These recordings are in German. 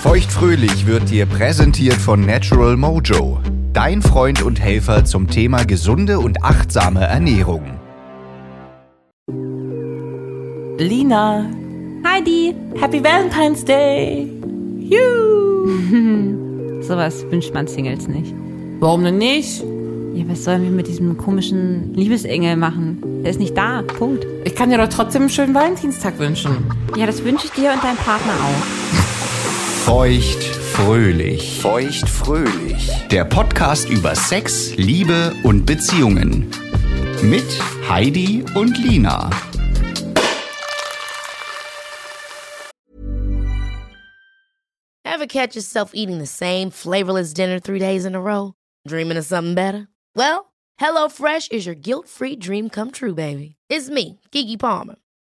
Feuchtfröhlich wird dir präsentiert von Natural Mojo, dein Freund und Helfer zum Thema gesunde und achtsame Ernährung. Lina, Heidi, Happy Valentine's Day! Juhu! sowas wünscht man Singles nicht. Warum denn nicht? Ja, was sollen wir mit diesem komischen Liebesengel machen? Der ist nicht da. Punkt. Ich kann dir doch trotzdem einen schönen Valentinstag wünschen. Ja, das wünsche ich dir und deinem Partner auch. Feuchtfröhlich. Feuchtfröhlich. Der Podcast über Sex, Liebe und Beziehungen. Mit Heidi und Lina. Ever catch yourself eating the same flavorless dinner three days in a row? Dreaming of something better? Well, HelloFresh is your guilt free dream come true, baby. It's me, Gigi Palmer.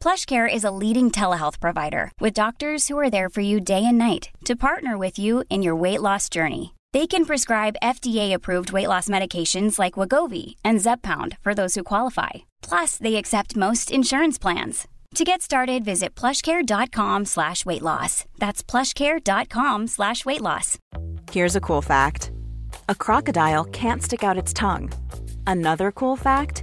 PlushCare is a leading telehealth provider with doctors who are there for you day and night to partner with you in your weight loss journey. They can prescribe FDA-approved weight loss medications like Wagovi and Zepbound for those who qualify. Plus, they accept most insurance plans. To get started, visit plushcare.com slash weight loss. That's plushcare.com slash weight loss. Here's a cool fact a crocodile can't stick out its tongue. Another cool fact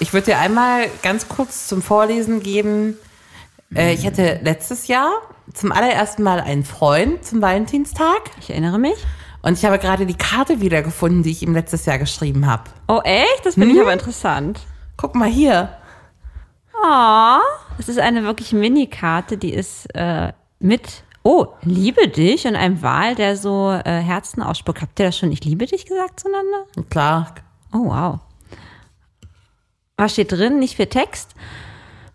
Ich würde dir einmal ganz kurz zum Vorlesen geben. Äh, ich hatte letztes Jahr zum allerersten Mal einen Freund zum Valentinstag. Ich erinnere mich. Und ich habe gerade die Karte wiedergefunden, die ich ihm letztes Jahr geschrieben habe. Oh, echt? Das finde ich aber interessant. Guck mal hier. Aw. Das ist eine wirklich Mini-Karte, die ist äh, mit Oh, liebe dich und einem Wal, der so äh, Herzen ausspuckt. Habt ihr das schon Ich liebe dich gesagt zueinander? Klar. Oh, wow. Was steht drin? Nicht viel Text.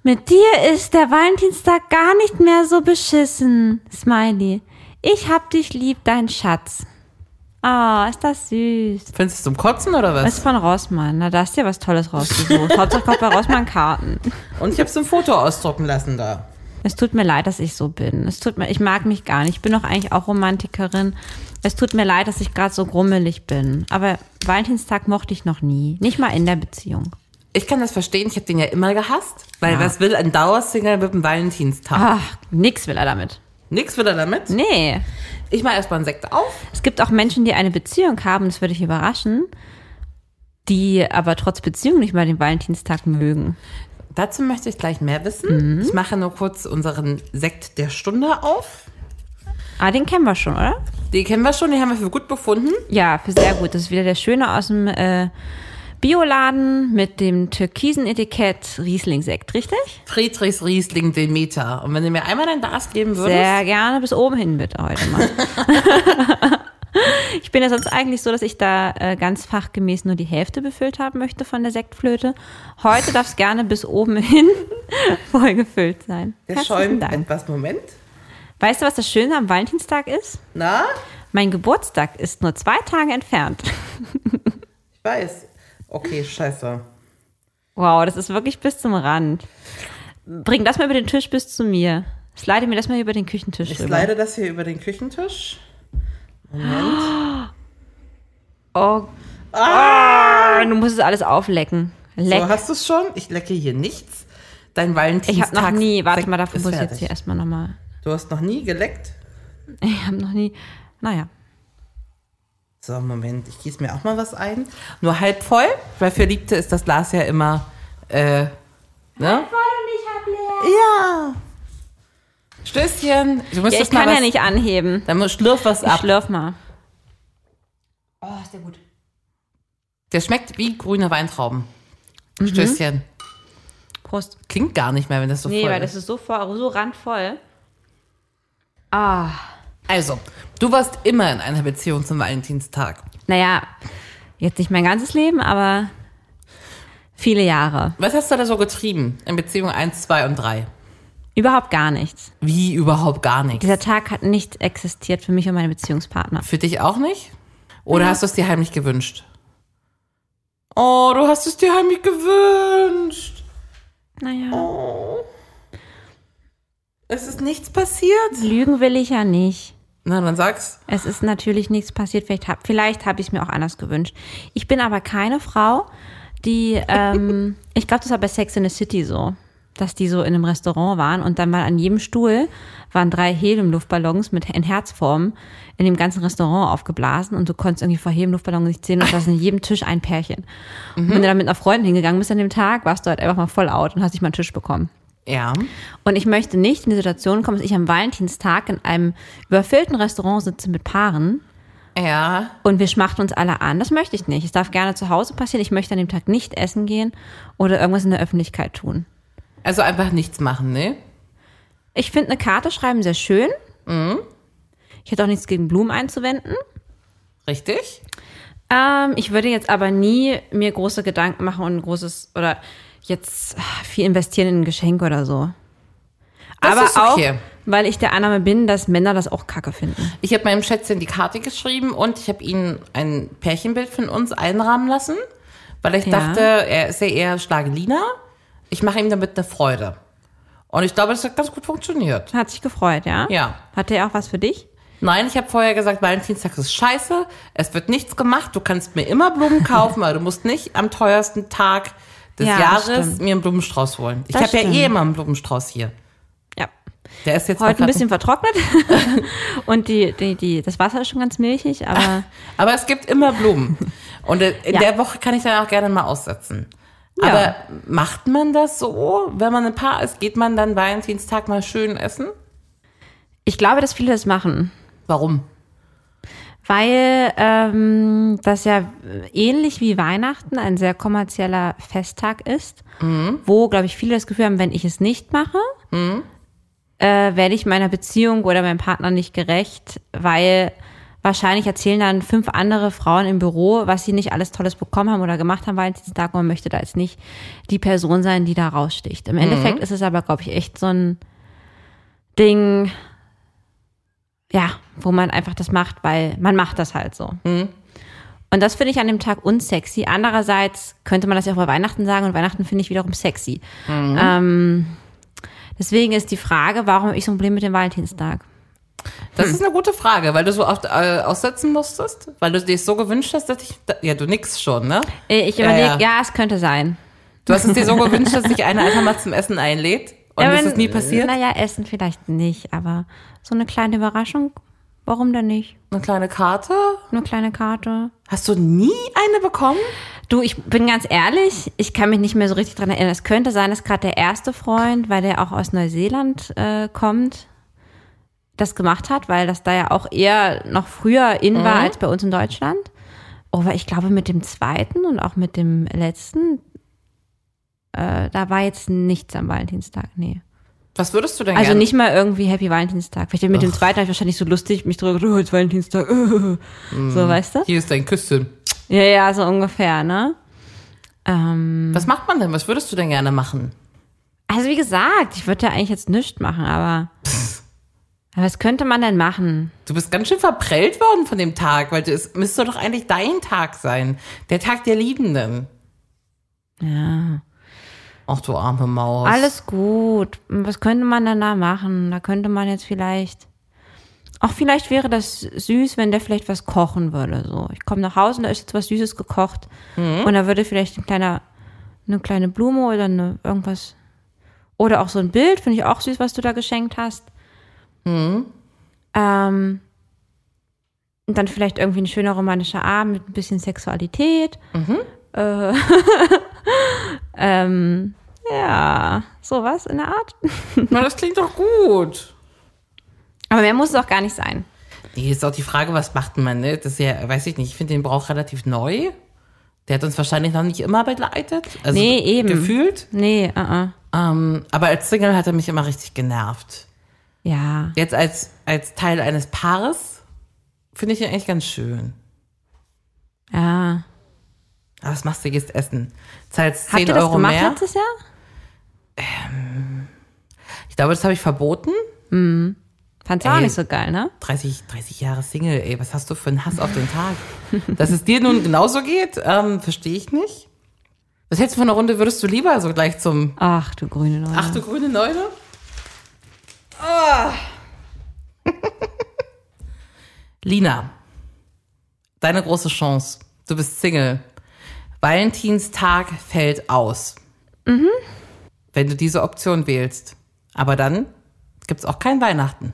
Mit dir ist der Valentinstag gar nicht mehr so beschissen. Smiley. Ich hab dich lieb, dein Schatz. Ah, ist das süß. Findest du es zum Kotzen oder Das was? ist von Rossmann. Na, da hast du ja was Tolles rausgesucht. Hauptsache kommt bei Rossmann Karten. Und ich habe es ein Foto ausdrucken lassen da. Es tut mir leid, dass ich so bin. Es tut mir, ich mag mich gar nicht. Ich bin doch eigentlich auch Romantikerin. Es tut mir leid, dass ich gerade so grummelig bin. Aber Valentinstag mochte ich noch nie. Nicht mal in der Beziehung. Ich kann das verstehen, ich habe den ja immer gehasst. Weil was will ein Dauersingle mit dem Valentinstag? Ach, nix will er damit. Nix will er damit. Nee. Ich mache erstmal einen Sekt auf. Es gibt auch Menschen, die eine Beziehung haben, das würde ich überraschen, die aber trotz Beziehung nicht mal den Valentinstag mögen. Dazu möchte ich gleich mehr Mhm. wissen. Ich mache nur kurz unseren Sekt der Stunde auf. Ah, den kennen wir schon, oder? Den kennen wir schon, den haben wir für gut befunden. Ja, für sehr gut. Das ist wieder der Schöne aus dem äh, Bioladen mit dem türkisen Etikett Rieslingsekt, richtig? Friedrichs Riesling Demeter. Und wenn du mir einmal dein Glas geben würdest. Sehr gerne bis oben hin bitte heute mal. ich bin ja sonst eigentlich so, dass ich da äh, ganz fachgemäß nur die Hälfte befüllt haben möchte von der Sektflöte. Heute darf es gerne bis oben hin vollgefüllt sein. der Herzlichen schäumt Dank. etwas. Moment. Weißt du, was das Schöne am Valentinstag ist? Na, Mein Geburtstag ist nur zwei Tage entfernt. ich weiß. Okay, scheiße. Wow, das ist wirklich bis zum Rand. Bring das mal über den Tisch bis zu mir. Slide mir das mal über den Küchentisch Ich rüber. slide das hier über den Küchentisch. Oh. oh, du musst es alles auflecken. Leck. Ah! So, hast du es schon? Ich lecke hier nichts. Dein Valentinstag. ich habe noch nie, warte mal, dafür ist muss ich jetzt fertig. hier erstmal nochmal. Du hast noch nie geleckt? Ich habe noch nie, naja. So, Moment, ich gieße mir auch mal was ein. Nur halb voll, weil für Liebte ist das Glas ja immer. Äh, ne? Ja. Stößchen. Du musst Ja, ich das mal kann was, ja nicht anheben. Dann muss- schlürf was Ich ab. schlürf mal. Der schmeckt wie grüne Weintrauben. Stößchen. Mhm. Prost. Klingt gar nicht mehr, wenn das so Nee, voll ne? weil ist. das ist so, voll, so randvoll. Ah, Also, du warst immer in einer Beziehung zum Valentinstag. Naja, jetzt nicht mein ganzes Leben, aber viele Jahre. Was hast du da so getrieben in Beziehung 1, 2 und 3? Überhaupt gar nichts. Wie überhaupt gar nichts. Dieser Tag hat nicht existiert für mich und meine Beziehungspartner. Für dich auch nicht? Oder hast du es dir heimlich gewünscht? Oh, du hast es dir heimlich gewünscht. Naja. Es ist nichts passiert. Lügen will ich ja nicht. Na, dann sag's. Es ist natürlich nichts passiert. Vielleicht habe vielleicht hab ich es mir auch anders gewünscht. Ich bin aber keine Frau, die, ähm, ich glaube, das war bei Sex in the City so, dass die so in einem Restaurant waren und dann mal an jedem Stuhl waren drei Helium-Luftballons mit in Herzform in dem ganzen Restaurant aufgeblasen und du konntest irgendwie vor Helium-Luftballon nicht sehen und da ist an jedem Tisch ein Pärchen. Und wenn du dann mit einer Freundin hingegangen bist an dem Tag, warst du halt einfach mal voll out und hast nicht mal einen Tisch bekommen. Ja. Und ich möchte nicht in die Situation kommen, dass ich am Valentinstag in einem überfüllten Restaurant sitze mit Paaren Ja. und wir schmachten uns alle an. Das möchte ich nicht. Es darf gerne zu Hause passieren. Ich möchte an dem Tag nicht essen gehen oder irgendwas in der Öffentlichkeit tun. Also einfach nichts machen, ne? Ich finde eine Karte schreiben sehr schön. Mhm. Ich hätte auch nichts gegen Blumen einzuwenden. Richtig? Ähm, ich würde jetzt aber nie mir große Gedanken machen und ein großes oder jetzt ah, viel investieren in ein Geschenk oder so. Das aber ist okay. auch, weil ich der Annahme bin, dass Männer das auch kacke finden. Ich habe meinem Schätzchen die Karte geschrieben und ich habe ihn ein Pärchenbild von uns einrahmen lassen, weil ich Ja. dachte, er ist ja eher Schlagelina. Ich mache ihm damit eine Freude. Und ich glaube, das hat ganz gut funktioniert. Hat sich gefreut, ja? Ja. Hat er auch was für dich? Nein, ich habe vorher gesagt, Valentinstag ist scheiße, es wird nichts gemacht, du kannst mir immer Blumen kaufen, aber du musst nicht am teuersten Tag des Ja, das Jahres stimmt. mir einen Blumenstrauß holen. Ich Das habe ja stimmt. eh immer einen Blumenstrauß hier. Ja. Der ist jetzt Heute ein verklappen- bisschen vertrocknet. Und die, die, die, das Wasser ist schon ganz milchig, aber Aber es gibt immer Blumen. Und äh, in Ja. der Woche kann ich dann auch gerne mal aussetzen. Ja. Aber macht man das so, wenn man ein Paar ist? Geht man dann Valentinstag mal schön essen? ich glaube, dass viele das machen. Warum? Weil ähm, das ja ähnlich wie Weihnachten ein sehr kommerzieller Festtag ist, wo, glaube ich, viele das Gefühl haben, wenn ich es nicht mache, äh, werde ich meiner Beziehung oder meinem Partner nicht gerecht, weil wahrscheinlich erzählen dann fünf andere Frauen im Büro, was sie nicht alles Tolles bekommen haben oder gemacht haben, weil Tag und man möchte da jetzt nicht die Person sein, die da raussticht. Im Endeffekt ist es aber, glaube ich, echt so ein Ding, ja, wo man einfach das macht, weil man macht das halt so. Mhm. Und das finde ich an dem Tag unsexy. Andererseits könnte man das ja auch bei Weihnachten sagen und Weihnachten finde ich wiederum sexy. Mhm. Ähm, deswegen ist die Frage, warum habe ich so ein Problem mit dem Valentinstag? Hm. Das ist eine gute Frage, weil du so oft äh, aussetzen musstest, weil du dir so gewünscht hast, dass ich, ja, du nix schon, ne? Äh, Ich Ja, überlege, ja. ja, es könnte sein. Du hast es dir so gewünscht, dass dich einer einfach mal zum Essen einlädt und Ja, das wenn- ist nie passiert. Naja, Essen vielleicht nicht, aber so eine kleine Überraschung, warum denn nicht? Eine kleine Karte? Eine kleine Karte. Hast du nie eine bekommen? Du, ich bin ganz ehrlich, ich kann mich nicht mehr so richtig dran erinnern. Es könnte sein, dass gerade der erste Freund, weil der auch aus Neuseeland äh, kommt, das gemacht hat, weil das da ja auch eher noch früher in war als bei uns in Deutschland. Aber ich glaube, mit dem zweiten und auch mit dem letzten, äh, da war jetzt nichts am Valentinstag, nee. Was würdest du denn Also gerne? nicht mal irgendwie Happy Valentinstag. Vielleicht mit dem Ach. zweiten habe ich wahrscheinlich so lustig mich drüber gedacht, oh, jetzt Valentinstag, so, weißt du? Hier ist dein Küsschen. Ja, ja, so ungefähr, ne? Ähm, Mhm. Was macht man denn? Was würdest du denn gerne machen? Also wie gesagt, ich würde ja eigentlich jetzt nichts machen, aber, aber was könnte man denn machen? Du bist ganz schön verprellt worden von dem Tag, weil es müsste doch eigentlich dein Tag sein. Der Tag der Liebenden. Ja, Ach du arme Maus. alles gut. Was könnte man denn da machen? Da könnte man jetzt vielleicht. Auch vielleicht wäre das süß, wenn der vielleicht was kochen würde. So, ich komme nach Hause und da ist jetzt was Süßes gekocht und da würde vielleicht ein kleiner, eine kleine Blume oder eine, irgendwas oder auch so ein Bild finde ich auch süß, was du da geschenkt hast. Ähm, und dann vielleicht irgendwie ein schöner romantischer Abend mit ein bisschen Sexualität. Äh, ähm, ja, sowas in der Art. Na, das klingt doch gut. Aber mehr muss es auch gar nicht sein. Nee, ist auch die Frage, was macht man, ne? Das ist ja, weiß ich nicht, ich finde den Brauch relativ neu. Der hat uns wahrscheinlich noch nicht immer begleitet. Also Nee, eben. Gefühlt. Nee, uh -uh. Ähm, aber als Single hat er mich immer richtig genervt. ja. Jetzt als, als Teil eines Paares finde ich ihn eigentlich ganz schön. ja. Aber was machst du? Gehst essen. Zahlst 10 Habt ihr das Euro gemacht mehr. letztes Jahr? Ich glaube, das habe ich verboten. Fand's auch Ey. nicht so geil, ne? 30, 30 Jahre Single, ey, was hast du für einen Hass auf den Tag? Dass es dir nun genauso geht, ähm, verstehe ich nicht. Was hältst du von einer Runde, würdest du lieber so gleich zum Ach du grüne Neune. Ach du grüne Neune? Ah. Lina, deine große Chance. Du bist Single. Valentinstag fällt aus. Wenn du diese Option wählst. Aber dann gibt es auch kein Weihnachten.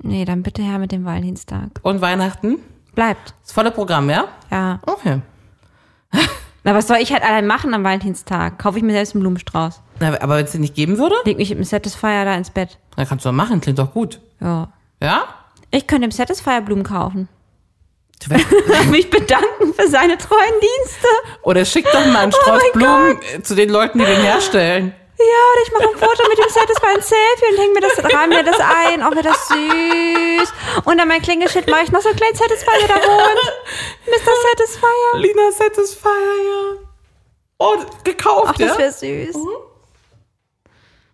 Nee, dann bitte her mit dem Valentinstag. Und Weihnachten? Bleibt. Das volle Programm, ja? Ja. Okay. Na, was soll ich halt allein machen am Valentinstag? Kaufe ich mir selbst einen Blumenstrauß. Na, aber wenn es den nicht geben würde, Leg mich im Satisfier da ins Bett. dann kannst du doch machen, klingt doch gut. Ja. Ja? Ich könnte im Satisfier Blumen kaufen. Du wär- Mich bedanken für seine treuen Dienste. Oder schick doch mal einen Strauß Blumen äh, zu den Leuten, die den herstellen. Ja, und ich mache ein Foto mit dem Satisfier ein Selfie und hänge mir das, reim mir das ein. Oh, wird das süß. Und an mein Klingelschild mache ich noch so einen kleinen Satisfier, der da wohnt. Mr. Satisfier. Lina Satisfier, ja. Oh, gekauft, Ach, das wäre süß.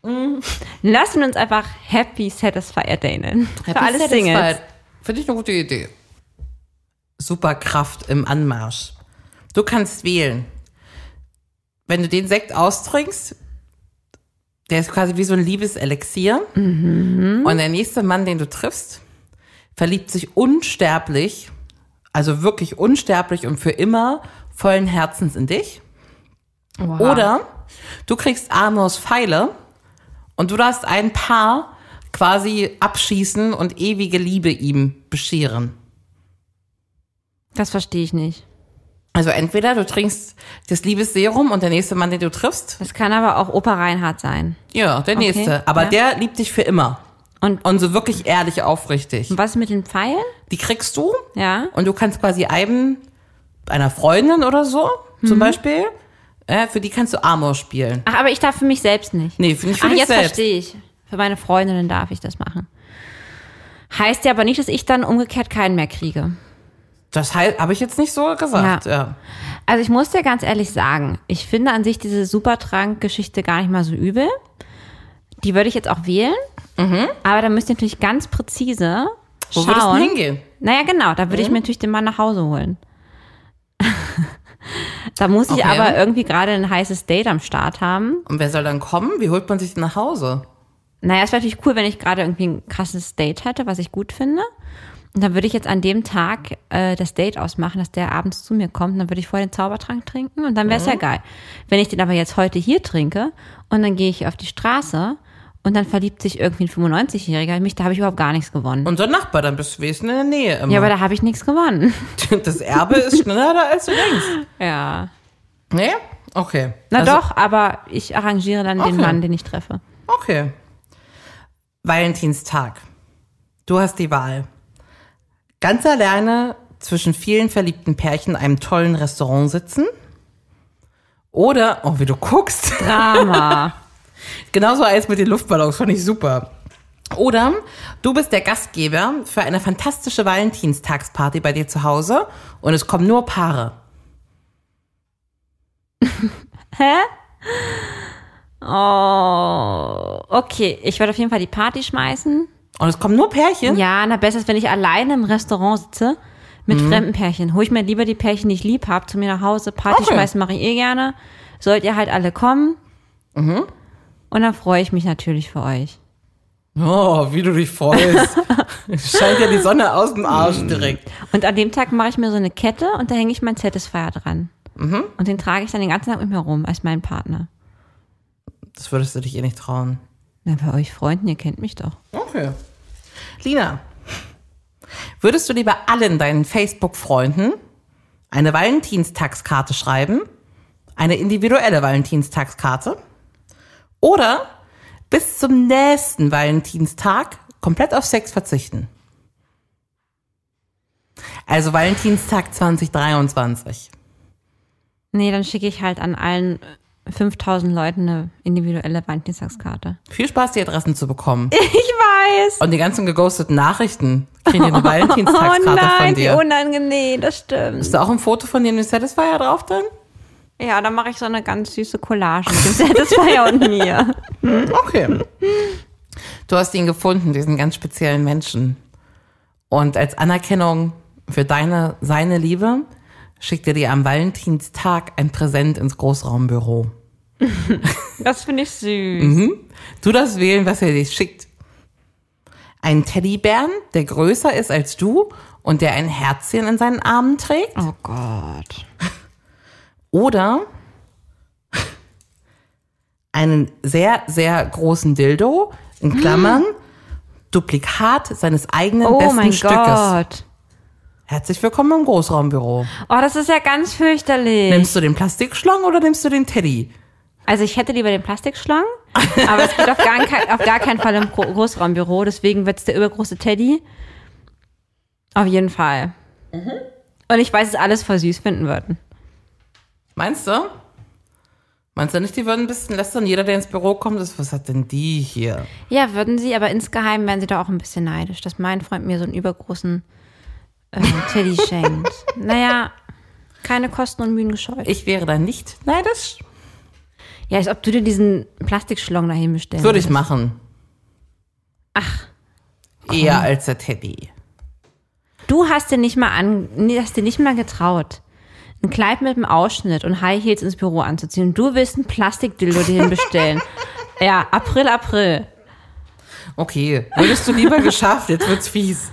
Mhm. Mm. Lassen wir uns einfach Happy Satisfier Day nennen. Für alle Singles. Finde ich eine gute Idee. Superkraft im Anmarsch. Du kannst wählen. Wenn du den Sekt austrinkst, der ist quasi wie so ein Liebeselixier. Mhm. Und der nächste Mann, den du triffst, verliebt sich unsterblich, also wirklich unsterblich und für immer vollen Herzens in dich. Oder du kriegst Arnos Pfeile und du darfst ein Paar quasi abschießen und ewige Liebe ihm bescheren. Das verstehe ich nicht. Also entweder du trinkst das Liebesserum und der nächste Mann, den du triffst, Das kann aber auch Opa Reinhardt sein. ja, der Okay, nächste. Aber ja. der liebt dich für immer. Und- und so wirklich ehrlich aufrichtig. Und was mit den Pfeilen? Die kriegst du Ja. und du kannst quasi einem einer Freundin oder so, Mhm. zum Beispiel, äh, für die kannst du Amor spielen. Ach, aber ich darf für mich selbst nicht. Nee, finde ich für Ach, dich Ah, jetzt selbst. verstehe ich. Für meine Freundinnen darf ich das machen. Heißt ja aber nicht, dass ich dann umgekehrt keinen mehr kriege. Das habe ich jetzt nicht so gesagt. Ja. Ja. Also ich muss dir ganz ehrlich sagen, ich finde an sich diese Supertrank-Geschichte gar nicht mal so übel. Die würde ich jetzt auch wählen. Aber da müsst ihr natürlich ganz präzise Mhm. Wo schauen. würdest du denn hingehen? Mhm. Naja, genau, da würde ich mir natürlich den Mann nach Hause holen. da muss ich Okay. aber irgendwie gerade ein heißes Date am Start haben. Und wer soll dann kommen? Wie holt man sich denn nach Hause? Naja, es wäre natürlich cool, wenn ich gerade irgendwie ein krasses Date hätte, was ich gut finde. Und dann würde ich jetzt an dem Tag äh, das Date ausmachen, dass der abends zu mir kommt. Und dann würde ich vorher den Zaubertrank trinken und dann wäre es ja geil. Wenn ich den aber jetzt heute hier trinke und dann gehe ich auf die Straße und dann verliebt sich irgendwie ein 95-Jähriger in mich, da habe ich überhaupt gar nichts gewonnen. Unser Nachbar, dann bist du wenigstens in der Nähe immer. ja, aber da habe ich nichts gewonnen. das Erbe ist schneller da, als du denkst. ja. Nee? Okay. Na Also, doch, aber ich arrangiere dann den Okay. Mann, den ich treffe. Okay. Valentinstag. Du hast die Wahl. Ganz alleine zwischen vielen verliebten Pärchen in einem tollen Restaurant sitzen. Oder, oh, wie du guckst. Drama. Genauso als mit den Luftballons, fand ich super. Oder du bist der Gastgeber für eine fantastische Valentinstagsparty bei dir zu Hause und es kommen nur Paare. Hä? Oh, okay. Ich werde auf jeden Fall die Party schmeißen. Und es kommen nur Pärchen? Ja, na besser ist, wenn ich alleine im Restaurant sitze mit fremden Pärchen. Hol ich mir lieber die Pärchen, die ich lieb hab, zu mir nach Hause. Party Okay. schmeißen mache ich eh gerne. Sollt ihr halt alle kommen. Und dann freue ich mich natürlich für euch. Oh, wie du dich freust. Es Scheint ja die Sonne aus dem Arsch direkt. Und an dem Tag mache ich mir so eine Kette und da hänge ich mein Satisfier dran. Und den trage ich dann den ganzen Tag mit mir rum als meinen Partner. Das würdest du dich eh nicht trauen. Na, bei euch Freunden, ihr kennt mich doch. Okay. Lina, würdest du lieber allen deinen Facebook-Freunden eine Valentinstagskarte schreiben? Eine individuelle Valentinstagskarte? Oder bis zum nächsten Valentinstag komplett auf Sex verzichten? Also Valentinstag 2023. Nee, dann schicke ich halt an allen 5000 Leuten eine individuelle Valentinstagskarte. Viel Spaß, die Adressen zu bekommen. Ich weiß. Und die ganzen geghosteten Nachrichten kriegen eine Valentinstagskarte oh nein, von wie dir. unangenehm, das stimmt. Ist da auch ein Foto von dir in dem Satisfier drauf dann? Ja, dann mache ich so eine ganz süße Collage mit dem Satisfier und mir. Okay. Hm. Du hast ihn gefunden, diesen ganz speziellen Menschen. Und als Anerkennung für deine, seine Liebe schickt er dir am Valentinstag ein Präsent ins Großraumbüro. Das finde ich süß. Mhm, Du darfst wählen, was er dir schickt. Einen Teddybären, der größer ist als du und der ein Herzchen in seinen Armen trägt. Oh Gott. Oder einen sehr, sehr großen Dildo, in Klammern, Duplikat seines eigenen Oh besten mein Stückes. Gott. Herzlich willkommen im Großraumbüro. Oh, das ist ja ganz fürchterlich. Nimmst du den Plastikschlong oder nimmst du den Teddy? Also ich hätte lieber den Plastikschlang, aber es geht auf gar, kein, auf gar keinen Fall im Gro Großraumbüro, deswegen wird's der übergroße Teddy. Auf jeden Fall. Mhm. Und ich weiß, dass alles voll süß finden würden. Meinst du? Meinst du nicht, die würden ein bisschen lästern? Jeder, der ins Büro kommt, ist, was hat denn die hier? Ja, würden sie, aber insgeheim wären sie da auch ein bisschen neidisch, dass mein Freund mir so einen übergroßen äh, Teddy schenkt. Naja, keine Kosten und Mühen gescheut. Ich wäre da nicht neidisch. Ja, als ob du dir diesen Plastikschlong dahin bestellst. Würde ich machen. Ach. Eher als der Teddy. Du hast dir nicht mal an, nee, hast dir nicht mal getraut, ein Kleid mit einem Ausschnitt und High Heels ins Büro anzuziehen. Und du willst ein Plastikdildo dir hinbestellen. ja, April, April. Okay, würdest du lieber geschafft, jetzt wird's fies.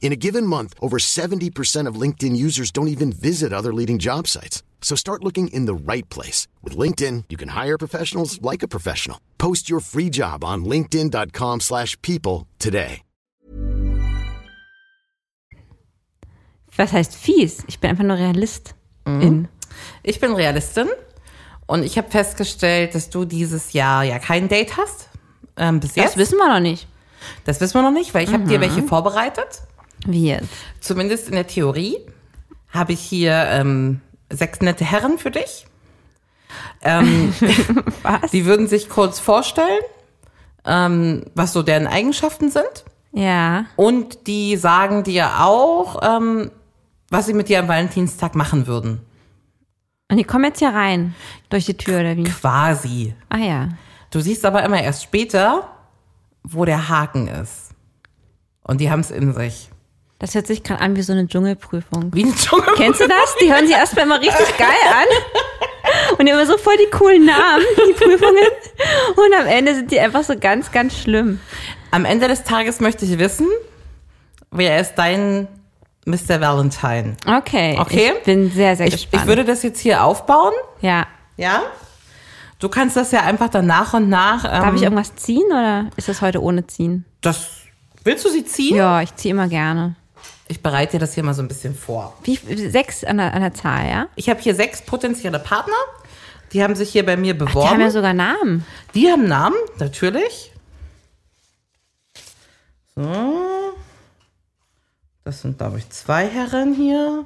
In a given month, over 70% of LinkedIn users don't even visit other leading job sites. So start looking in the right place. With LinkedIn, you can hire professionals like a professional. Post your free job on linkedin.com/people slash people today. Was heißt fies? Ich bin einfach nur Realist. In. Ich bin Realistin und ich habe festgestellt, dass du dieses Jahr ja kein Date hast. Ähm, bis Das jetzt. wissen wir noch nicht. das wissen wir noch nicht, weil ich habe dir welche vorbereitet. Wie jetzt? Zumindest in der Theorie habe ich hier ähm, sechs nette Herren für dich. Ähm, Die würden sich kurz vorstellen, ähm, was so deren Eigenschaften sind. Ja. Und die sagen dir auch, ähm, was sie mit dir am Valentinstag machen würden. Und die kommen jetzt hier rein. Durch die Tür oder wie? Quasi. Ah ja. Du siehst aber immer erst später, wo der Haken ist. Und die haben es in sich. Das hört sich gerade an wie so eine Dschungelprüfung. Wie ein Dschungel. Kennst du das? Die hören sich erstmal immer richtig geil an. Und die haben so voll die coolen Namen, die Prüfungen. Und am Ende sind die einfach so ganz, ganz schlimm. Am Ende des Tages möchte ich wissen, wer ist dein Mr. Valentine? Okay. Okay. Ich bin sehr, sehr Ich, gespannt. ich würde das jetzt hier aufbauen. ja. Ja. Du kannst das ja einfach dann nach und nach. Ähm, Darf ich irgendwas ziehen oder ist das heute ohne ziehen? das, willst du sie ziehen? Ja, ich ziehe immer gerne. Ich bereite dir das hier mal so ein bisschen vor. Wie, sechs an der, an der Zahl, ja? Ich habe hier sechs potenzielle Partner. Die haben sich hier bei mir Die beworben. haben ja sogar Namen. Die haben Namen, natürlich. So. Das sind, glaube ich, zwei Herren hier.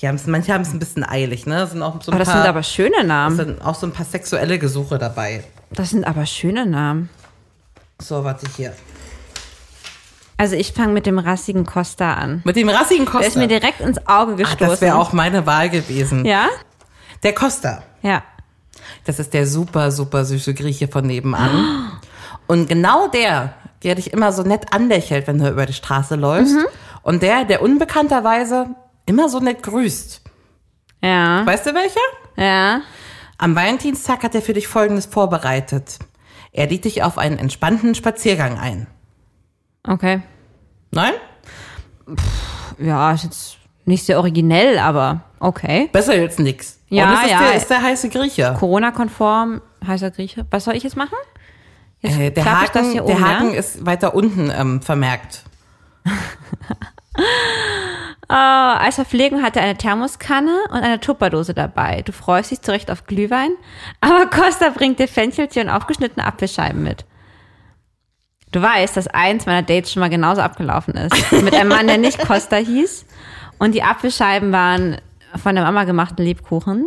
Die haben's, manche haben es ein bisschen eilig, ne? Sind auch so ein Aber das paar, sind aber schöne Namen. sind auch so ein paar sexuelle Gesuche dabei. Das sind aber schöne Namen. So, warte hier. Also ich fange mit dem rassigen Costa an. Mit dem rassigen Der Costa. ist mir direkt ins Auge Ach, gestoßen. das wäre auch meine Wahl gewesen. Ja? Der Costa. Ja. Das ist der super, super süße Grieche von nebenan. Und genau der, der dich immer so nett anlächelt, wenn du über die Straße läufst. Mhm. Und der, der unbekannterweise immer so nett grüßt. Ja. Weißt du welcher? Ja. Am Valentinstag hat er für dich Folgendes vorbereitet. Er lädt dich auf einen entspannten Spaziergang ein. Okay. Nein? Ja, ist jetzt nicht sehr originell, aber okay. Besser als nix. Ja, Und das ist, ja. Der, ist der heiße Grieche. Corona-konform, heißer Grieche. Was soll ich jetzt machen? Jetzt Äh, der klappe Haken, ich das hier der um, Haken ja? ist weiter unten ähm, vermerkt. Äh, als Verpflegung hatte er eine Thermoskanne und eine Tupperdose dabei. Du freust dich zurecht auf Glühwein, aber Costa bringt dir Fenchelchen und aufgeschnittene Apfelscheiben mit. Du weißt, dass eins meiner Dates schon mal genauso abgelaufen ist. Mit einem Mann, der nicht Costa hieß. Und die Apfelscheiben waren von der Mama gemachten Lebkuchen.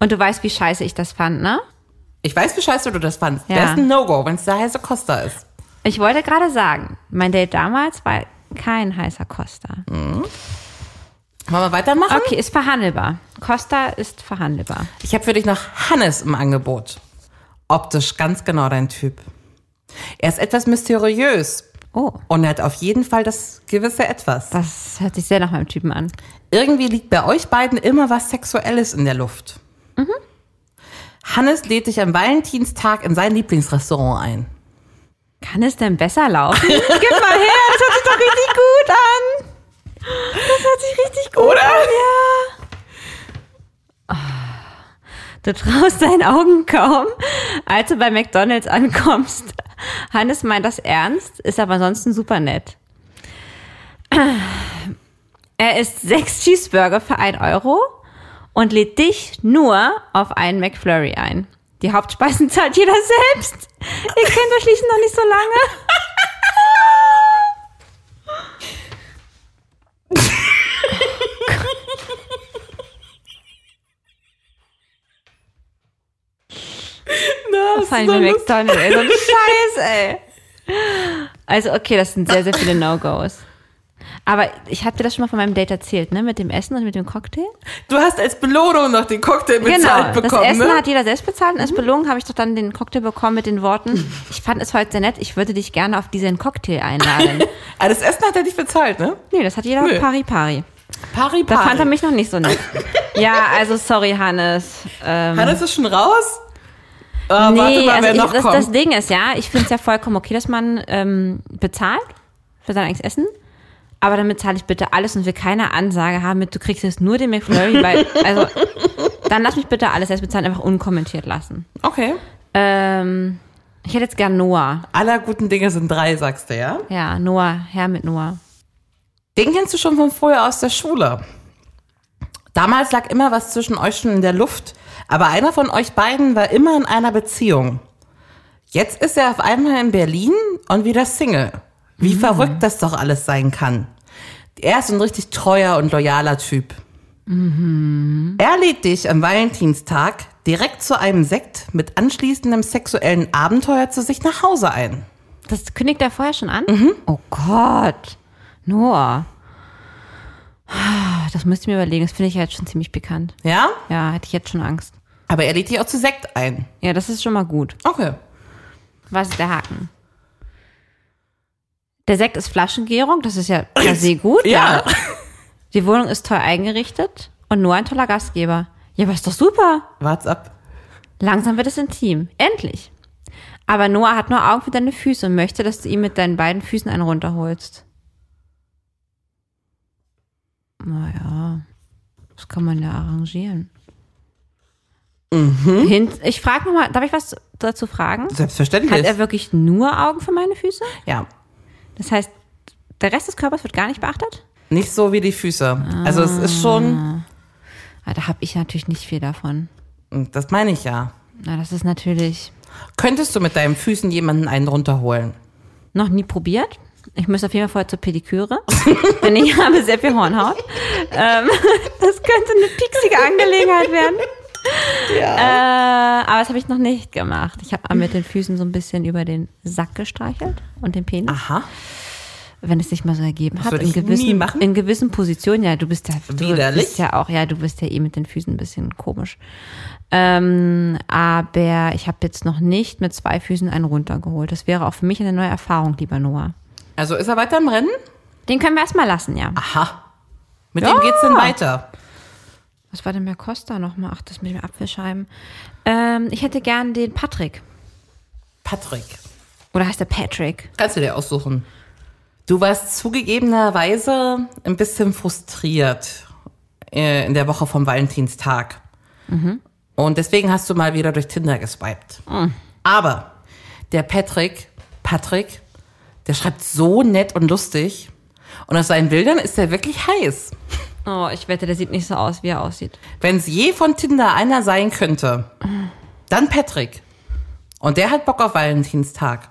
Und du weißt, wie scheiße ich das fand, ne? Ich weiß, wie scheiße du das fandst. Ja. Das ist ein No-Go, wenn es der heiße Costa ist. Ich wollte gerade sagen, mein Date damals war kein heißer Costa. Wollen wir weitermachen? Okay, ist verhandelbar. Costa ist verhandelbar. Ich habe für dich noch Hannes im Angebot. Optisch ganz genau dein Typ. Er ist etwas mysteriös Oh, und er hat auf jeden Fall das gewisse Etwas. das hört sich sehr nach meinem Typen an. Irgendwie liegt bei euch beiden immer was Sexuelles in der Luft. Mhm. Hannes lädt dich am Valentinstag in sein Lieblingsrestaurant ein. Kann es denn besser laufen? Gib mal her, das hört sich doch richtig gut an. Das hört sich richtig gut Oder? an, ja. Oh, Du traust deinen Augen kaum, als du bei McDonalds ankommst. Hannes meint das ernst, ist aber ansonsten super nett. Er isst sechs Cheeseburger für ein Euro und lädt dich nur auf einen McFlurry ein. Die Hauptspeisen zahlt jeder selbst. Ihr kennt euch schließlich noch nicht so lange. Das fand ich bei McDonald's, ey. So ein Scheiß, ey. Also, okay, das sind sehr, sehr viele No-Gos. Aber ich habe dir das schon mal von meinem Date erzählt, ne? Mit dem Essen und mit dem Cocktail? Du hast als Belohnung noch den Cocktail bezahlt bekommen. Genau, Das Essen ne? hat jeder selbst bezahlt und als Belohnung habe ich doch dann den Cocktail bekommen mit den Worten, ich fand es heute sehr nett, ich würde dich gerne auf diesen Cocktail einladen. Ah, das Essen hat er nicht bezahlt, ne? nee, das hat jeder Nö. pari pari. Pari, pari. Da fand er mich noch nicht so nett. ja, also sorry, Hannes. Ähm, Hannes ist schon raus? Äh, warte mal, nee, wer also noch ich, das, kommt. das Ding ist, ja, ich finde es ja vollkommen okay, dass man ähm, bezahlt für sein eigenes Essen. Aber damit zahle ich bitte alles und will keine Ansage haben mit, du kriegst jetzt nur den McFlurry, weil, also, dann lass mich bitte alles selbst bezahlen, einfach unkommentiert lassen. okay. Ähm, ich hätte jetzt gern Noah. Aller guten Dinge sind drei, sagst du, ja? Ja, Noah, her mit Noah. Den kennst du schon von früher aus der Schule. Damals lag immer was zwischen euch schon in der Luft, aber einer von euch beiden war immer in einer Beziehung. Jetzt ist er auf einmal in Berlin und wieder Single. Wie verrückt das doch alles sein kann. Er ist ein richtig treuer und loyaler Typ. Er lädt dich am Valentinstag direkt zu einem Sekt mit anschließendem sexuellen Abenteuer zu sich nach Hause ein. Das kündigt er vorher schon an? Mhm. Oh Gott, Noah. Das müsste ich mir überlegen. Das finde ich ja jetzt schon ziemlich bekannt. Ja? Ja, hätte ich jetzt schon Angst. Aber er lädt dich auch zu Sekt ein. Ja, das ist schon mal gut. Okay. Was ist der Haken? Der Sekt ist Flaschengärung, das ist ja per se gut. Ja. Die Wohnung ist toll eingerichtet und nur ein toller Gastgeber. Ja, aber ist doch super. Wart's ab. Langsam wird es intim. Endlich. Aber Noah hat nur Augen für deine Füße und möchte, dass du ihm mit deinen beiden Füßen einen runterholst. Naja, das kann man ja arrangieren. Hin- ich frage mal, darf ich was dazu fragen? Selbstverständlich. Hat er wirklich nur Augen für meine Füße? ja. Das heißt, der Rest des Körpers wird gar nicht beachtet? Nicht so wie die Füße. Also es ist schon, Ah, da habe ich natürlich nicht viel davon. hm, das meine ich ja. Na, das ist natürlich Könntest du mit deinen Füßen jemanden einen runterholen? Noch nie probiert. Ich müsste auf jeden Fall vorher zur Pediküre, denn ich habe sehr viel Hornhaut. Ähm, das könnte eine pieksige Angelegenheit werden. Ja. Äh, aber das habe ich noch nicht gemacht. Ich habe mit den Füßen so ein bisschen über den Sack gestreichelt und den Penis. Aha. wenn es sich mal so ergeben hat. würde In ich nie gewissen, machen. in gewissen Positionen, ja, du bist ja, du Widerlich. bist ja auch, ja, du bist ja eh mit den Füßen ein bisschen komisch. Ähm, aber ich habe jetzt noch nicht mit zwei Füßen einen runtergeholt. Das wäre auch für mich eine neue Erfahrung, lieber Noah. Also ist er weiter im Rennen? Den können wir erstmal lassen, ja. Aha. Mit Ja. dem geht's dann weiter. Was war denn bei Costa nochmal? Ach, das mit dem Apfelscheiben. Ähm, ich hätte gern den Patrick. Patrick. Oder heißt der Patrick? Kannst du dir aussuchen. Du warst zugegebenerweise ein bisschen frustriert äh, in der Woche vom Valentinstag. Und deswegen hast du mal wieder durch Tinder geswiped. Aber der Patrick, Patrick, der schreibt so nett und lustig. Und aus seinen Bildern ist er wirklich heiß. Oh, ich wette, der sieht nicht so aus, wie er aussieht. Wenn es je von Tinder einer sein könnte, dann Patrick. Und der hat Bock auf Valentinstag.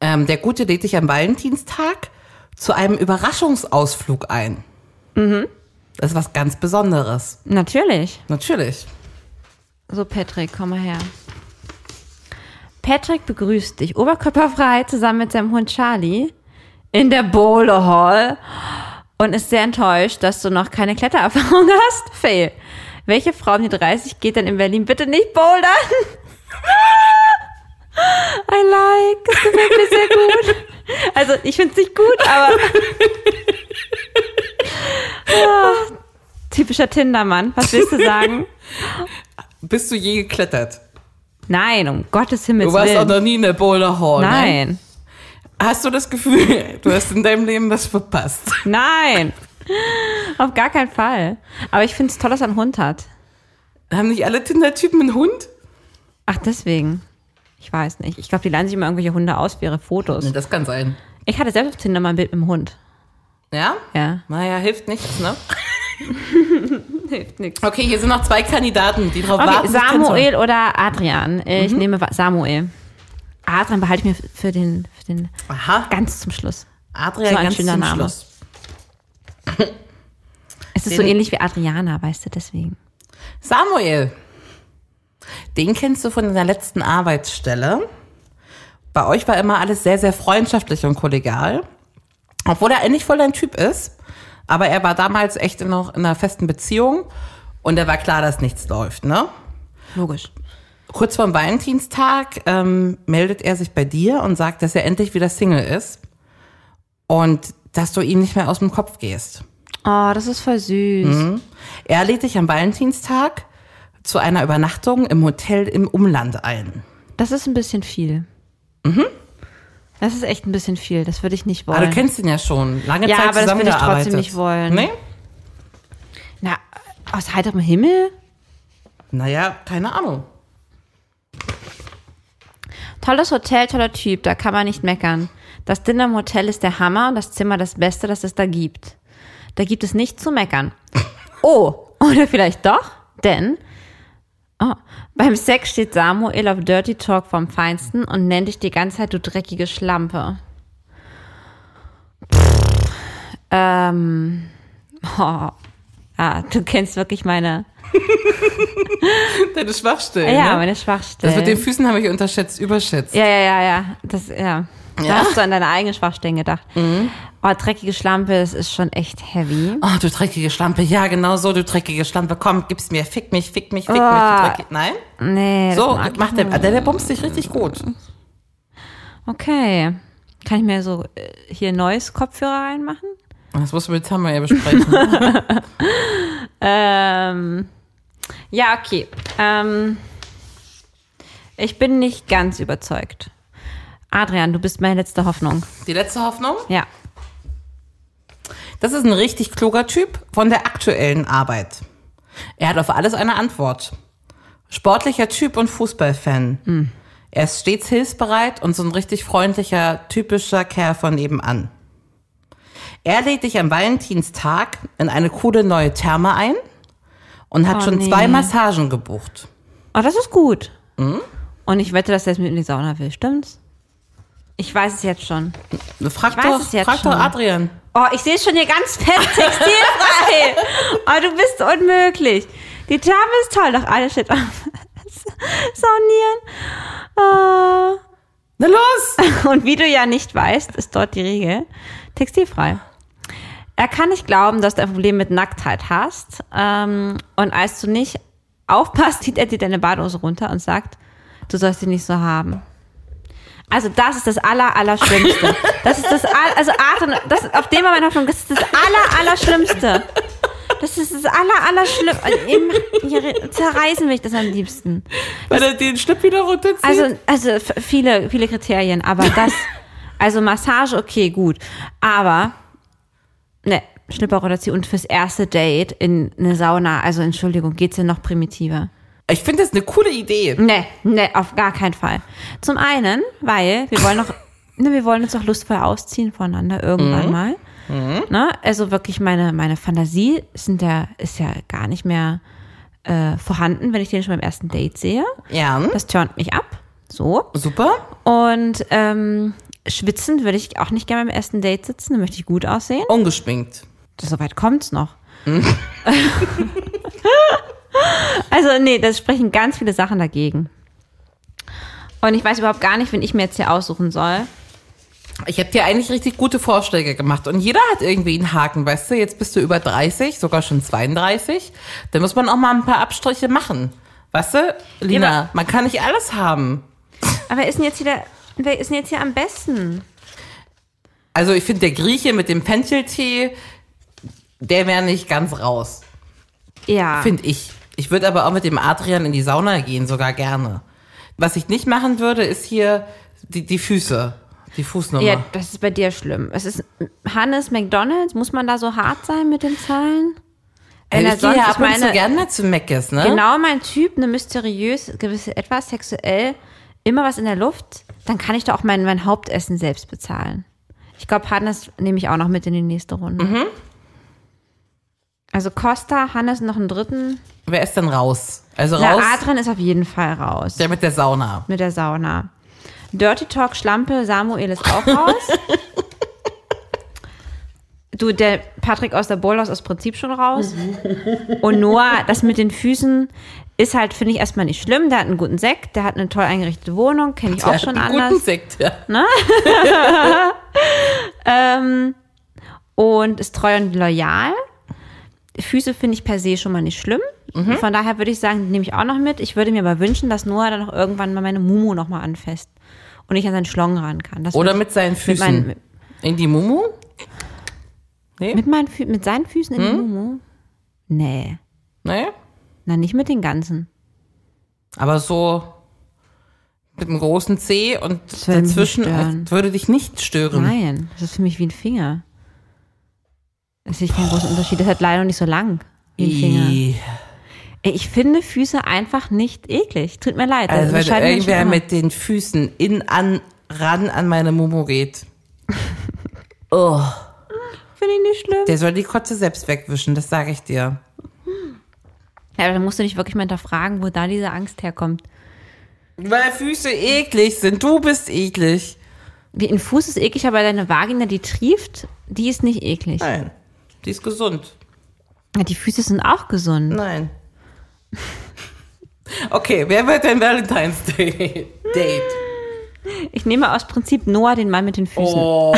Ähm, der Gute lädt dich am Valentinstag zu einem Überraschungsausflug ein. Das ist was ganz Besonderes. Natürlich. Natürlich. So, Patrick, komm mal her. Patrick begrüßt dich oberkörperfrei zusammen mit seinem Hund Charlie in der Bowle Hall und ist sehr enttäuscht, dass du noch keine Klettererfahrung hast. Fail. Welche Frau um die 30 geht denn in Berlin bitte nicht bouldern? I like. Das gefällt mir sehr gut. Also, ich finde es nicht gut, aber. Ah, typischer Tindermann. Was willst du sagen? Bist du je geklettert? Nein, um Gottes Himmels Du warst auch Willen. noch nie in der Boulder Hall. Ne? nein, Hast du das Gefühl, du hast in deinem Leben was verpasst? nein. Auf gar keinen Fall. Aber ich finde es toll, dass er einen Hund hat. Haben nicht alle Tinder-Typen einen Hund? Ach, deswegen. Ich weiß nicht. Ich glaube, die leihen sich immer irgendwelche Hunde aus für ihre Fotos. Das kann sein. Ich hatte selbst auf Tinder mal ein Bild mit dem Hund. Ja? Ja. Naja, hilft nichts, ne? Hilft nichts. Okay, hier sind noch zwei Kandidaten, die drauf Okay, warten. sich kennenzulernen. Samuel oder Adrian. Ich Mhm. nehme Wa- Samuel. Adrian behalte ich mir für den, für den Aha, ganz zum Schluss. Adrian so ein ganz schöner zum Name. Schluss. Es ist so ähnlich wie Adriana, weißt du, deswegen. Samuel, den kennst du von deiner letzten Arbeitsstelle. Bei euch war immer alles sehr, sehr freundschaftlich und kollegial. Obwohl er eigentlich voll dein Typ ist. Aber er war damals echt in noch in einer festen Beziehung. Und da war klar, dass nichts läuft, ne? Logisch. Kurz vorm Valentinstag ähm, meldet er sich bei dir und sagt, dass er endlich wieder Single ist. Und dass du ihm nicht mehr aus dem Kopf gehst. Oh, das ist voll süß. Er lädt dich am Valentinstag zu einer Übernachtung im Hotel im Umland ein. Das ist ein bisschen viel. Mhm. Das ist echt ein bisschen viel. Das würde ich nicht wollen. Aber Ah, du kennst ihn ja schon. Lange Ja, Zeit aber das würde ich trotzdem zusammengearbeitet. nicht wollen. Nee? Na, aus heiterem Himmel? Naja, keine Ahnung. Tolles Hotel, toller Typ, da kann man nicht meckern. Das Dinner im Hotel ist der Hammer und das Zimmer das Beste, das es da gibt. Da gibt es nichts zu meckern. Oh, oder vielleicht doch, denn oh, beim Sex steht Samuel auf Dirty Talk vom Feinsten und nennt dich die ganze Zeit, du dreckige Schlampe. Pff, ähm, oh, ah, du kennst wirklich meine, Deine Schwachstellen. ja, ne? meine Schwachstellen. Das mit den Füßen habe ich unterschätzt, überschätzt. Ja, ja, ja, ja. Das, ja. Da hast du an deine eigenen Schwachstellen gedacht. Oh, dreckige Schlampe, das ist schon echt heavy. Oh, du dreckige Schlampe. Ja, genau so, du dreckige Schlampe. Komm, gib's mir. Fick mich, fick mich, fick Ah. mich. Du dreckige- Nein? Nee, So, das mag ich macht der, nicht. der, der bumst dich richtig gut. Okay. Kann ich mir so äh, hier ein neues Kopfhörer reinmachen? Das musst du mit Tamara ja besprechen. Ähm, ja, okay. Ähm, ich bin nicht ganz überzeugt. Adrian, du bist meine letzte Hoffnung. Die letzte Hoffnung? Ja. Das ist ein richtig kluger Typ von der aktuellen Arbeit. Er hat auf alles eine Antwort. Sportlicher Typ und Fußballfan. Er ist stets hilfsbereit und so ein richtig freundlicher, typischer Kerl von nebenan. Er lädt dich am Valentinstag in eine coole neue Therme ein und hat Oh, schon nee. zwei Massagen gebucht. Oh, das ist gut. Und ich wette, dass er es mit in die Sauna will, stimmt's? Ich weiß es jetzt schon. Also Frag, Ich weiß doch, es jetzt frag schon. doch Adrian. Oh, ich sehe schon hier ganz fett textilfrei. oh, du bist unmöglich. Die Therme ist toll, doch alles steht auf Saunieren. Oh, Na los! Und wie du ja nicht weißt, ist dort die Regel textilfrei. Er kann nicht glauben, dass du ein Problem mit Nacktheit hast. Ähm, und als du nicht aufpasst, zieht er dir deine Badehose runter und sagt, du sollst sie nicht so haben. Also das ist das aller, aller Schlimmste. Das ist das, all- also Atem, das, auf dem Moment Hoffnung, das ist das aller, aller Schlimmste. Das ist das aller, aller Schlimmste. Zerreißen will ich das am liebsten. Weil er den Schlipp wieder runterzieht. Also, also f- viele, viele Kriterien, aber das, also Massage, okay, gut. Aber, ne, Schlipper oder zieh und fürs erste Date in eine Sauna, also Entschuldigung, geht's denn noch primitiver? ich finde das eine coole Idee. Ne, ne, auf gar keinen Fall. Zum einen, weil wir wollen noch, ne, wir wollen uns doch lustvoll ausziehen voneinander irgendwann mal. Ne? Also wirklich meine, meine Fantasie sind ja, ist ja gar nicht mehr äh, vorhanden, wenn ich den schon beim ersten Date sehe. Ja. Das turnt mich ab. So. Super. Und ähm, schwitzend würde ich auch nicht gerne beim ersten Date sitzen, da möchte ich gut aussehen. Ungeschminkt. Soweit kommt's noch. also, nee, das sprechen ganz viele Sachen dagegen. Und ich weiß überhaupt gar nicht, wen ich mir jetzt hier aussuchen soll. Ich habe dir eigentlich richtig gute Vorschläge gemacht und jeder hat irgendwie einen Haken, weißt du? Jetzt bist du über 30, sogar schon 32. Da muss man auch mal ein paar Abstriche machen. Weißt du, Lina, Ja, aber- man kann nicht alles haben. Aber wer ist denn jetzt hier, der, wer ist denn jetzt hier am besten? Also ich finde, der Grieche mit dem Pencheltee, der wäre nicht ganz raus, Ja. finde ich. Ich würde aber auch mit dem Adrian in die Sauna gehen, sogar gerne. Was ich nicht machen würde, ist hier die, die Füße, die Fußnummer. ja, das ist bei dir schlimm. Es ist Hannes McDonalds, muss man da so hart sein mit den Zahlen? Wenn er Äh, ich gehe sonst- ja ich ab und zu meine- gerne zu Meckes, ne? Genau mein Typ, eine mysteriös, gewisse, etwas sexuell, immer was in der Luft, dann kann ich doch auch mein, mein Hauptessen selbst bezahlen. Ich glaube, Hannes nehme ich auch noch mit in die nächste Runde. Also Costa, Hannes noch einen dritten. Wer ist denn raus? Also Na, raus Adrian ist auf jeden Fall raus. der mit der Sauna. Mit der Sauna. Dirty Talk, Schlampe, Samuel ist auch raus. du, der Patrick aus der Bolos ist aus Prinzip schon raus. Und Noah, das mit den Füßen ist halt, finde ich, erstmal nicht schlimm. Der hat einen guten Sekt, der hat eine toll eingerichtete Wohnung, kenne ich auch schon einen anders. Guten Sekt, ja. und ist treu und loyal. Füße finde ich per se schon mal nicht schlimm. Mhm. Von daher würde ich sagen, nehme ich auch noch mit. Ich würde mir aber wünschen, dass Noah dann noch irgendwann mal meine Mumu noch mal anfasst und ich an seinen Schlong ran kann. Das Oder würd ich- mit seinen mit, Füßen. meinen, mit, in die Mumu? mit, meinen Fü mit seinen Füßen Hm? in die Mumu? Nee, Nee. na nicht mit den ganzen. ne? Aber so mit einem großen C und würde mich dazwischen nicht stören. das würde dich nicht stören. Nein, das ist für mich wie ein Finger. Da sehe ich keinen großen Unterschied. Das hat leider nicht so lang. Wie ein Finger. I. Ey, Ich finde Füße einfach nicht eklig. Tut mir leid. Also wenn unterscheiden Menschen irgendwer immer. mit den Füßen in an ran an meine Mumu geht, oh, Finde ich nicht schlimm. der soll die Kotze selbst wegwischen, das sage ich dir. Ja, aber dann musst du dich wirklich mal hinterfragen, wo da diese Angst herkommt. Weil Füße eklig sind, du bist eklig. Wie ein Fuß ist eklig, aber deine Vagina, die trieft, die ist nicht eklig. Nein, die ist gesund. Ja, Die Füße sind auch gesund. Nein. Okay, wer wird dein Valentine's Day Date? Ich nehme aus Prinzip Noah den Mann mit den Füßen. Oh.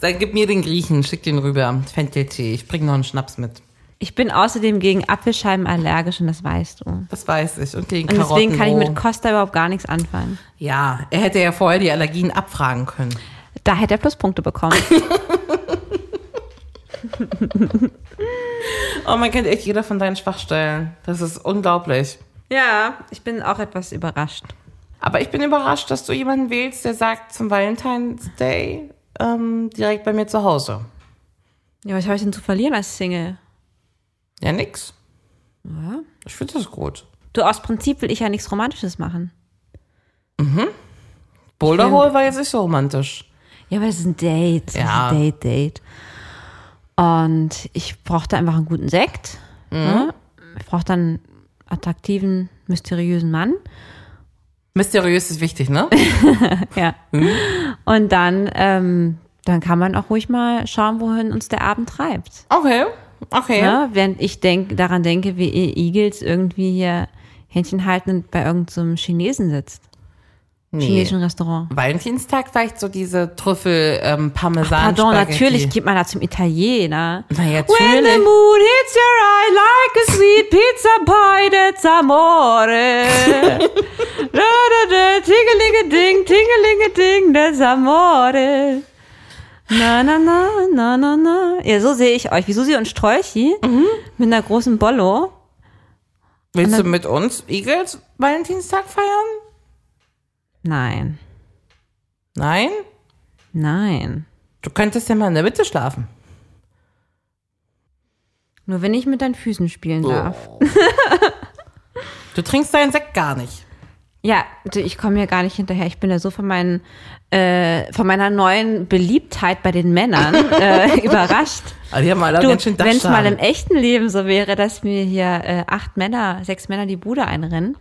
Dann gib mir den Griechen, schick den rüber. Fenteltee, ich bring noch einen Schnaps mit. Ich bin außerdem gegen Apfelscheiben allergisch und das weißt du. Und Das weiß ich. Und gegen deswegen kann ich mit Karottenroh. Costa überhaupt gar nichts anfangen. Ja, er hätte ja vorher die Allergien abfragen können. Da hätte er Pluspunkte bekommen. Oh, man kennt echt jeder von deinen Schwachstellen. Das ist unglaublich. ja, ich bin auch etwas überrascht. Aber ich bin überrascht, dass du jemanden wählst, der sagt zum Valentine's Day ähm, direkt bei mir zu Hause. Ja, was habe ich denn zu verlieren als Single? Ja, nix. Ich finde das gut. Du, aus Prinzip will ich ja nichts Romantisches machen. Boulderhole war jetzt nicht so romantisch. Ja, aber es ist ein Date. Es Ja. ist ein Date, Date. Und ich brauchte einfach einen guten Sekt. Ne? Ich brauchte einen attraktiven, mysteriösen Mann. Mysteriös ist wichtig, ne? Ja. Und dann, ähm, dann kann man auch ruhig mal schauen, wohin uns der Abend treibt. Okay, okay. Ne? Während ich denk, daran denke, wie ihr Igels irgendwie hier Händchen halten und bei irgendeinem so einem Chinesen sitzt. chinesischen Restaurant. Valentinstag vielleicht so diese Trüffel ähm, Parmesan. Pardon, natürlich geht man da zum Italiener. Na, When the natürlich. moon hits your eye like a sweet pizza pie, that's amore. da, da, da, tingelinge-ding, tingelinge-ding, that's amore. Na, na, na, na, na, na. Ja, so sehe ich euch, wie Susi und Strolchi mit einer großen Bollo. Willst du mit uns Eagles Valentinstag feiern? Nein, Nein? nein. Du könntest ja mal in der Mitte schlafen. Nur wenn ich mit deinen Füßen spielen Oh. darf. Du trinkst deinen Sekt gar nicht. Ja, du, ich komme hier gar nicht hinterher. Ich bin ja so von, meinen, äh, von meiner neuen Beliebtheit bei den Männern äh, überrascht. Aber Also die haben alle Du, ganz schön wenn es mal im Dachschaden. echten Leben so wäre, dass mir hier äh, acht Männer, sechs Männer die Bude einrennen,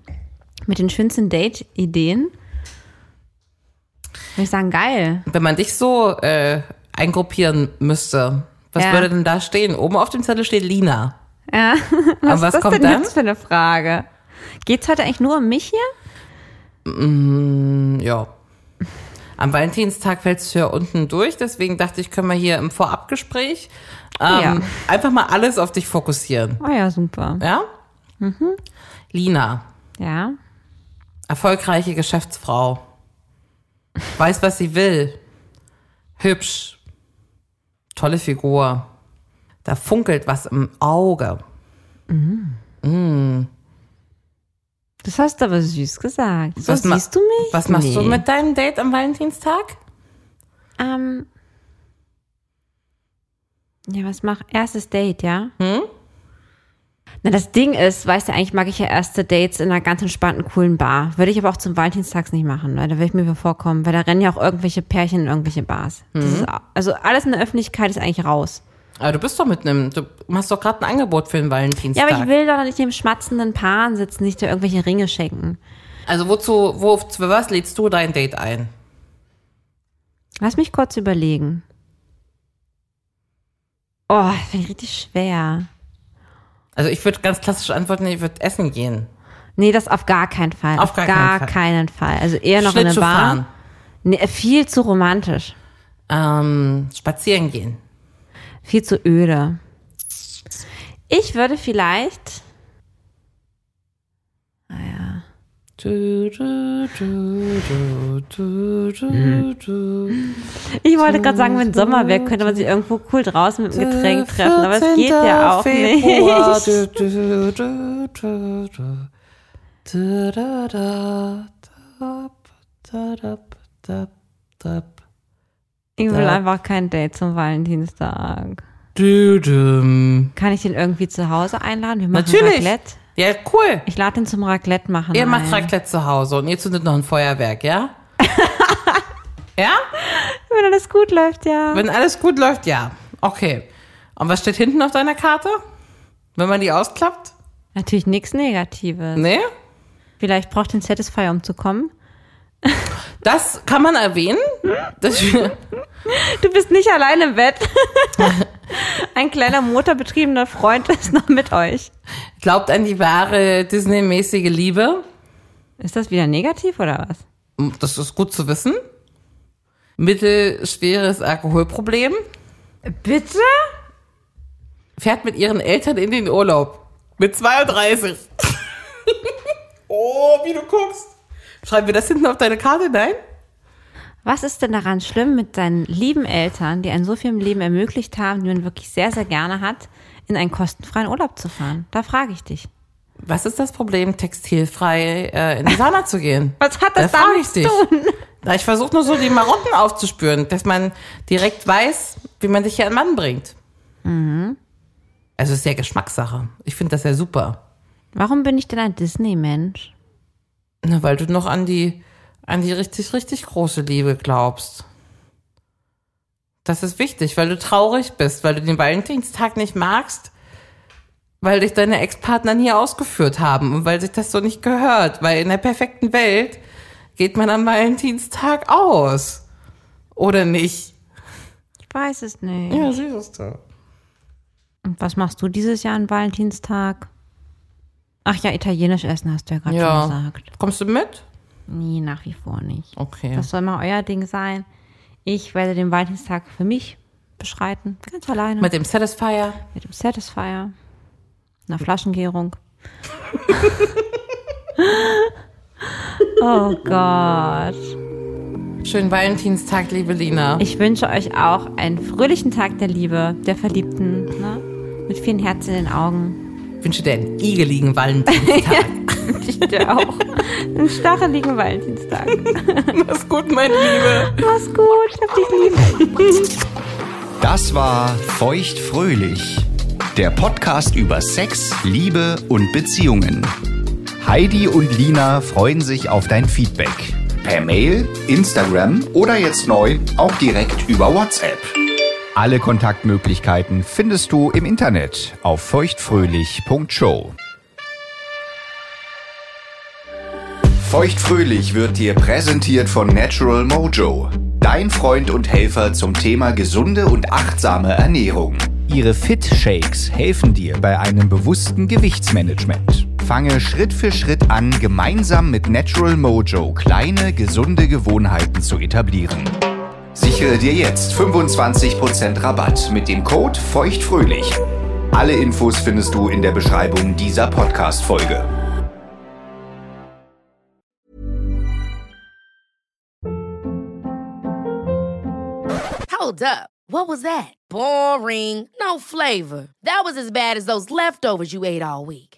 mit den schönsten Date-Ideen, würde ich sagen, geil. Wenn man dich so äh, eingruppieren müsste, was Ja. würde denn da stehen? Oben auf dem Zettel steht Lina. Ja. Aber was ist das kommt denn dann? jetzt für eine Frage? Geht's heute eigentlich nur um mich hier? Ja. Am Valentinstag fällst du ja unten durch, deswegen dachte ich, können wir hier im Vorabgespräch ähm, Ja. einfach mal alles auf dich fokussieren. Oh ja, super. Ah Ja? Mhm. Lina, Ja. erfolgreiche Geschäftsfrau. Weiß, was sie will. Hübsch. Tolle Figur. Da funkelt was im Auge. Das hast du aber süß gesagt. So Was ma- siehst du mich? Was machst du Nee. mit deinem Date am Valentinstag? Ähm. Ja, was mach? Erstes Date, ja? Hm? Na, das Ding ist, weißt du, eigentlich mag ich ja erste Dates in einer ganz entspannten, coolen Bar. Würde ich aber auch zum Valentinstags nicht machen, weil da will ich mir vorkommen, weil da rennen ja auch irgendwelche Pärchen in irgendwelche Bars. Das ist, au- also alles in der Öffentlichkeit ist eigentlich raus. Aber Ah, du bist doch mit einem, du machst doch gerade ein Angebot für den Ja, Valentinstag. aber ich will doch nicht neben schmatzenden Paaren sitzen, nicht dir irgendwelche Ringe schenken. Also wozu, wo, für was lädst du dein Date ein? Lass mich kurz überlegen. Oh, das finde ich richtig schwer. Also ich würde ganz klassisch antworten, ich würde essen gehen. Nee, das auf gar keinen Fall. Auf gar keinen Fall. keinen Fall. Also eher noch in Schlittschuh eine Bar. fahren. Nee, äh, viel zu romantisch. Ähm, spazieren gehen. Viel zu öde. Ich würde vielleicht. Du, du, du, du, du, du, Mhm. du. Ich wollte gerade sagen, wenn Sommer wäre, könnte man sich irgendwo cool draußen mit einem Getränk treffen. Aber es geht 14. ja auch Februar. nicht. Du, du, du, du, du. Du, da, da, da, da, da, da, da. Ich will Da. einfach kein Date zum Valentinstag. Du, du. Kann ich den irgendwie zu Hause einladen? Wir machen Natürlich. Raclette. Ja, cool. Ich lade ihn zum Raclette machen. Ihr macht ein. Raclette zu Hause und ihr zündet noch ein Feuerwerk, ja? ja? Wenn alles gut läuft, ja. Wenn alles gut läuft, ja. Okay. Und was steht hinten auf deiner Karte? Wenn man die ausklappt? Natürlich nichts Negatives. Nee? Vielleicht braucht den Satisfier, um zu kommen. Das kann man erwähnen. Dass wir, Du bist nicht allein im Bett. Ein kleiner motorbetriebener Freund ist noch mit euch. glaubt an die wahre Disney-mäßige Liebe. Ist das wieder negativ oder was? Das ist gut zu wissen. Mittelschweres Alkoholproblem. Bitte? Fährt mit ihren Eltern in den Urlaub. Mit 32. oh, wie du guckst. Schreiben wir das hinten auf deine Karte? Nein? Was ist denn daran schlimm, mit seinen lieben Eltern, die einen so viel im Leben ermöglicht haben, die man wirklich sehr, sehr gerne hat, in einen kostenfreien Urlaub zu fahren? Da frage ich dich. Was ist das Problem, textilfrei äh, in die Sauna zu gehen? Was hat das da frag damit ich zu dich. Na, ich versuche nur so die Marotten aufzuspüren, dass man direkt weiß, wie man dich hier an den Mann bringt. Mhm. Also ist ja Geschmackssache. Ich finde das ja super. Warum bin ich denn ein Disney-Mensch? Na, Ne, weil du noch an die, an die richtig, richtig große Liebe glaubst. Das ist wichtig, weil du traurig bist, weil du den Valentinstag nicht magst, weil dich deine Ex-Partner nie ausgeführt haben und weil sich das so nicht gehört, weil in der perfekten Welt geht man am Valentinstag aus. Oder nicht? Ich weiß es nicht. Ja, siehst du. Und was machst du dieses Jahr an Valentinstag? Ach ja, italienisch essen hast du ja gerade schon Ja. gesagt. Kommst du mit? Nee, nach wie vor nicht. Okay. Das soll mal euer Ding sein. Ich werde den Valentinstag für mich beschreiten. Ganz alleine. Mit dem Satisfier. Mit dem Satisfier, einer Flaschengärung. oh Gott. Schönen Valentinstag, liebe Lina. Ich wünsche euch auch einen fröhlichen Tag der Liebe, der Verliebten, ne? mit vielen Herzen in den Augen. Ich wünsche dir einen igeligen Valentinstag. Ich dir auch einen stacheligen Valentinstag. Mach's gut, mein Liebe. Mach's gut, hab dich lieb. Das war Feuchtfröhlich, der Podcast über Sex, Liebe und Beziehungen. Heidi und Lina freuen sich auf dein Feedback. Per Mail, Instagram oder jetzt neu auch direkt über WhatsApp. Alle Kontaktmöglichkeiten findest du im Internet auf feuchtfröhlich.show. Feuchtfröhlich wird dir präsentiert von Natural Mojo, dein Freund und Helfer zum Thema gesunde und achtsame Ernährung. Ihre Fit Shakes helfen dir bei einem bewussten Gewichtsmanagement. Fange Schritt für Schritt an, gemeinsam mit Natural Mojo kleine, gesunde Gewohnheiten zu etablieren. Sichere dir jetzt 25% Rabatt mit dem Code Feuchtfröhlich. Alle Infos findest du in der Beschreibung dieser Podcast-Folge. Hold up. What was that? Boring. No flavor. That was as bad as those leftovers you ate all week.